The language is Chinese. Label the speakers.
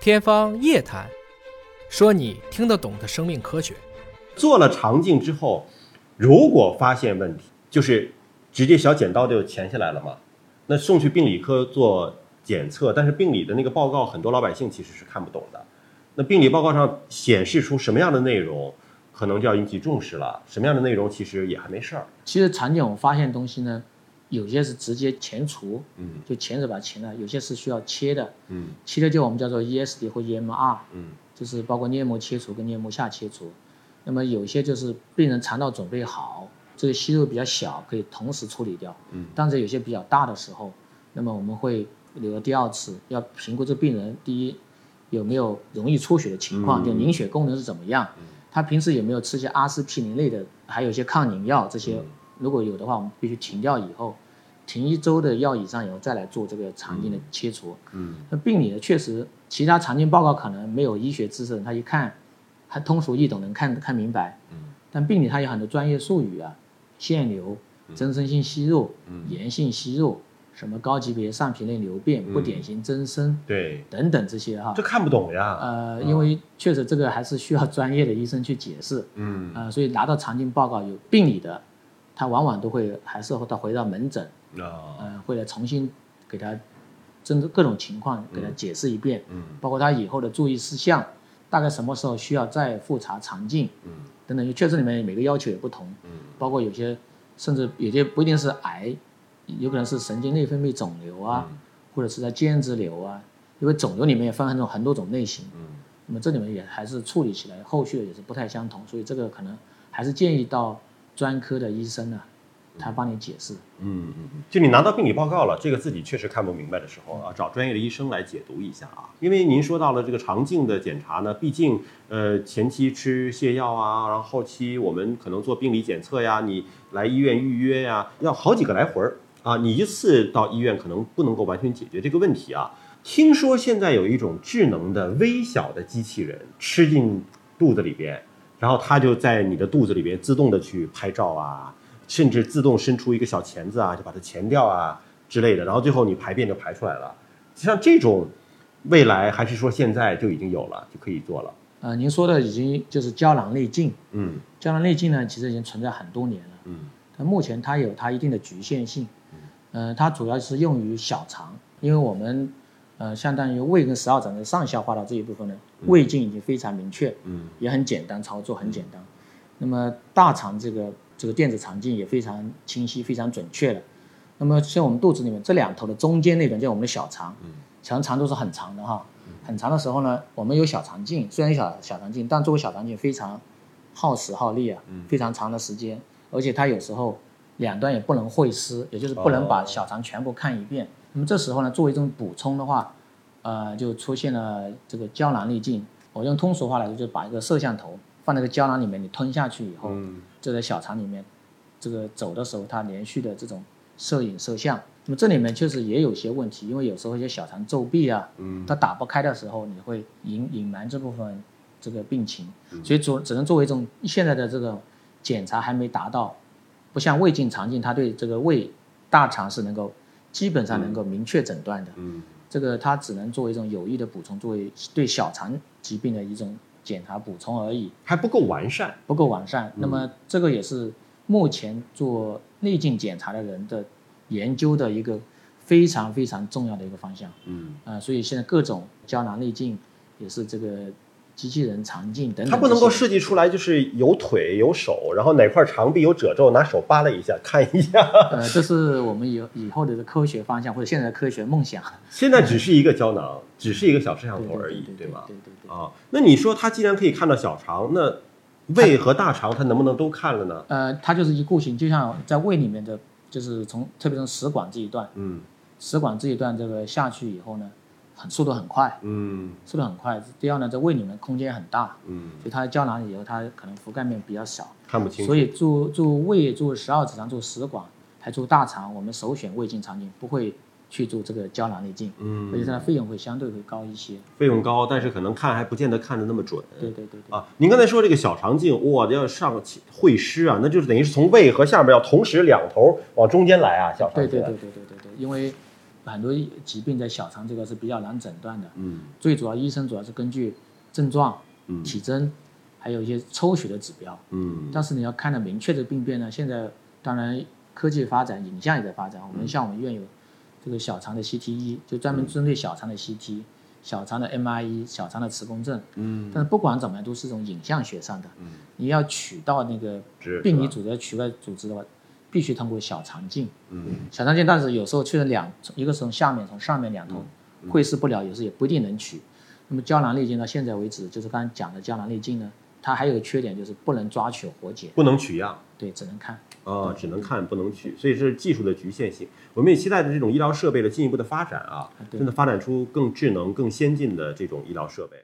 Speaker 1: 天方夜谭，说你听得懂的生命科学。
Speaker 2: 做了肠镜之后，如果发现问题，就是直接小剪刀就钳下来了嘛，那送去病理科做检测，但是病理的那个报告，很多老百姓其实是看不懂的。那病理报告上显示出什么样的内容，可能就要引起重视了；什么样的内容其实也还没事儿。
Speaker 3: 其实产检我发现的东西呢，有些是直接前除，
Speaker 2: 嗯
Speaker 3: 就钳子把它钳了；有些是需要切的，
Speaker 2: 嗯
Speaker 3: 切的就我们叫做 ESD 或 E EMR，
Speaker 2: 嗯
Speaker 3: 就是包括黏膜切除跟黏膜下切除。那么有些就是病人肠道准备好，这个息肉比较小，可以同时处理掉。
Speaker 2: 嗯
Speaker 3: 但是有些比较大的时候，那么我们会留到第二次，要评估这病人第一有没有容易出血的情
Speaker 2: 嗯
Speaker 3: 况，就凝血功能是怎么样，他平时有没有吃一些阿司匹林类的，还有一些抗凝药
Speaker 2: 嗯
Speaker 3: 这些，如果有的话，我们必须停掉以后，停一周的药以上以后再来做这个肠镜的切除。
Speaker 2: 嗯
Speaker 3: 那病理呢，确实其他常见报告可能没有医学知识的人，他一看，他通俗易懂，能看看明白。
Speaker 2: 嗯
Speaker 3: 但病理它有很多专业术语啊，腺瘤、增生性息肉、
Speaker 2: 嗯
Speaker 3: 炎性息肉，什么高级别上皮内瘤变、不典型增生
Speaker 2: 对，
Speaker 3: 等等这些哈
Speaker 2: 嗯这。看不懂呀。
Speaker 3: 呃，因为确实这个还是需要专业的医生去解释，
Speaker 2: 嗯
Speaker 3: 呃，所以拿到常见报告有病理的，他往往都会还是会到回到门诊，
Speaker 2: 啊
Speaker 3: 呃，会来重新给他针对各种情况给他解释一遍。
Speaker 2: 嗯
Speaker 3: 包括他以后的注意事项，大概什么时候需要再复查肠镜
Speaker 2: 嗯
Speaker 3: 等等。确实里面每个要求也不同，
Speaker 2: 嗯
Speaker 3: 包括有些甚至有些不一定是癌，有可能是神经内分泌肿瘤啊，
Speaker 2: 嗯
Speaker 3: 或者是在间质瘤啊，因为肿瘤里面也分很多很多种类型，
Speaker 2: 嗯
Speaker 3: 那么这里面也还是处理起来后续的也是不太相同，所以这个可能还是建议到专科的医生呢、啊他帮你解释。
Speaker 2: 嗯嗯，嗯，就你拿到病理报告了，这个自己确实看不明白的时候啊，找专业的医生来解读一下啊。因为您说到了这个肠镜的检查呢，毕竟呃前期吃泻药啊，然后后期我们可能做病理检测呀，你来医院预约呀，要好几个来回儿啊。你一次到医院可能不能够完全解决这个问题啊。听说现在有一种智能的微小的机器人吃进肚子里边，然后它就在你的肚子里边自动的去拍照啊，甚至自动伸出一个小钳子啊，就把它钳掉啊之类的，然后最后你排便就排出来了。像这种，未来还是说现在就已经有了，就可以做了。
Speaker 3: 呃，您说的已经就是胶囊内镜，
Speaker 2: 嗯
Speaker 3: 胶囊内镜呢其实已经存在很多年了。
Speaker 2: 嗯
Speaker 3: 那目前它有它一定的局限性，呃，它主要是用于小肠，因为我们呃相当于胃跟十二肠的上消化道这一部分呢，胃镜已经非常明确，
Speaker 2: 嗯
Speaker 3: 也很简单操作，很简单。那么大肠这个这个电子肠镜也非常清晰，非常准确的。那么像我们肚子里面这两头的中间那段，就是我们的小肠，
Speaker 2: 嗯
Speaker 3: 小肠长度是很长的哈。很长的时候呢，我们有小肠镜，虽然有小小肠镜，但作为小肠镜非常耗时耗力啊，非常长的时间，而且它有时候两端也不能会师，也就是不能把小肠全部看一遍。那么这时候呢，作为一种补充的话，呃，就出现了这个胶囊滤镜。我用通俗话来说，就是把一个摄像头放在一个胶囊里面，你吞下去以后，
Speaker 2: 嗯
Speaker 3: 就在小肠里面，这个走的时候，它连续的这种摄影摄像。那么这里面确实也有些问题，因为有时候一些小肠皱壁啊，
Speaker 2: 嗯
Speaker 3: 它打不开的时候，你会隐隐瞒这部分这个病情，所以只只能作为一种现在的这个检查还没达到，不像胃镜、肠镜，它对这个胃、大肠是能够基本上能够明确诊断的。
Speaker 2: 嗯
Speaker 3: 这个它只能作为一种有益的补充，作为对小肠疾病的一种检查补充而已，
Speaker 2: 还不够完善。
Speaker 3: 不够完
Speaker 2: 嗯
Speaker 3: 善。那么这个也是目前做内镜检查的人的研究的一个非常非常重要的一个方向。
Speaker 2: 嗯，
Speaker 3: 啊、所以现在各种胶囊内镜也是这个机器人肠镜等等
Speaker 2: 嗯
Speaker 3: 这些，
Speaker 2: 它不能够设计出来就是有腿有手，然后哪块肠壁有褶皱，拿手扒拉一下看一下。
Speaker 3: 呃，这是我们以以后的科学方向或者现在的科学梦 想。
Speaker 2: 现在只是一个胶囊，只是一个小摄像
Speaker 3: 对
Speaker 2: 头而已，
Speaker 3: 对
Speaker 2: 对
Speaker 3: 对
Speaker 2: 吧？
Speaker 3: 对对对。
Speaker 2: 啊，那你说它既然可以看到小肠，那胃和大肠它能不能都看了呢？
Speaker 3: 呃，它就是一固形，就像在胃里面的，就是从特别从食管这一段，
Speaker 2: 嗯
Speaker 3: 食管这一段这个下去以后呢，很速度很快，
Speaker 2: 嗯
Speaker 3: 速度很快。第二呢，在胃里面空间很大，
Speaker 2: 嗯，
Speaker 3: 所以它胶囊以后它可能覆盖面比较小，
Speaker 2: 看不清楚
Speaker 3: 所。以做做胃、做十二指肠、做食管还做大肠，我们首选胃镜肠镜，不会去做这个胶囊内镜，而且
Speaker 2: 嗯，
Speaker 3: 它的费用会相对会高一些。
Speaker 2: 费用高，但是可能看还不见得看的那么准。
Speaker 3: 对对对对，
Speaker 2: 啊，您刚才说这个小肠镜，哇，要上起会师啊，那就是等于是从胃和下面要同时两头往中间来啊，小肠
Speaker 3: 对
Speaker 2: 镜。
Speaker 3: 对对对对对对，因为很多疾病在小肠这个是比较难诊断的。
Speaker 2: 嗯
Speaker 3: 最主要医生主要是根据症状、
Speaker 2: 嗯
Speaker 3: 体征，还有一些抽血的指标。
Speaker 2: 嗯
Speaker 3: 但是你要看得明确的病变呢，现在当然科技发展，影像也在发展。
Speaker 2: 嗯
Speaker 3: 我们像我们医院有这个小肠的 CTE，就专门针对小肠的 CT、小肠的 MRE、小肠的磁共振。
Speaker 2: 嗯，
Speaker 3: 但是不管怎么样，都是一种影像学上的。
Speaker 2: 嗯，
Speaker 3: 你要取到那个
Speaker 2: 是
Speaker 3: 病
Speaker 2: 是
Speaker 3: 理
Speaker 2: 吧
Speaker 3: 组织取外组织的话，必须通过小肠镜。
Speaker 2: 嗯
Speaker 3: 小肠镜，但是有时候确实两，一个是从下面，从上面两
Speaker 2: 嗯
Speaker 3: 头会视不了，有时也不一定能取。那么胶囊粒镜到现在为止，就是刚才讲的胶囊粒镜呢，它还有个缺点就是不能抓取活检，
Speaker 2: 不能取样。
Speaker 3: 对，只能看。
Speaker 2: 啊，只能看不能取，所以这是技术的局限性。我们也期待着这种医疗设备的进一步的发展啊，
Speaker 3: 对
Speaker 2: 真的发展出更智能、更先进的这种医疗设备。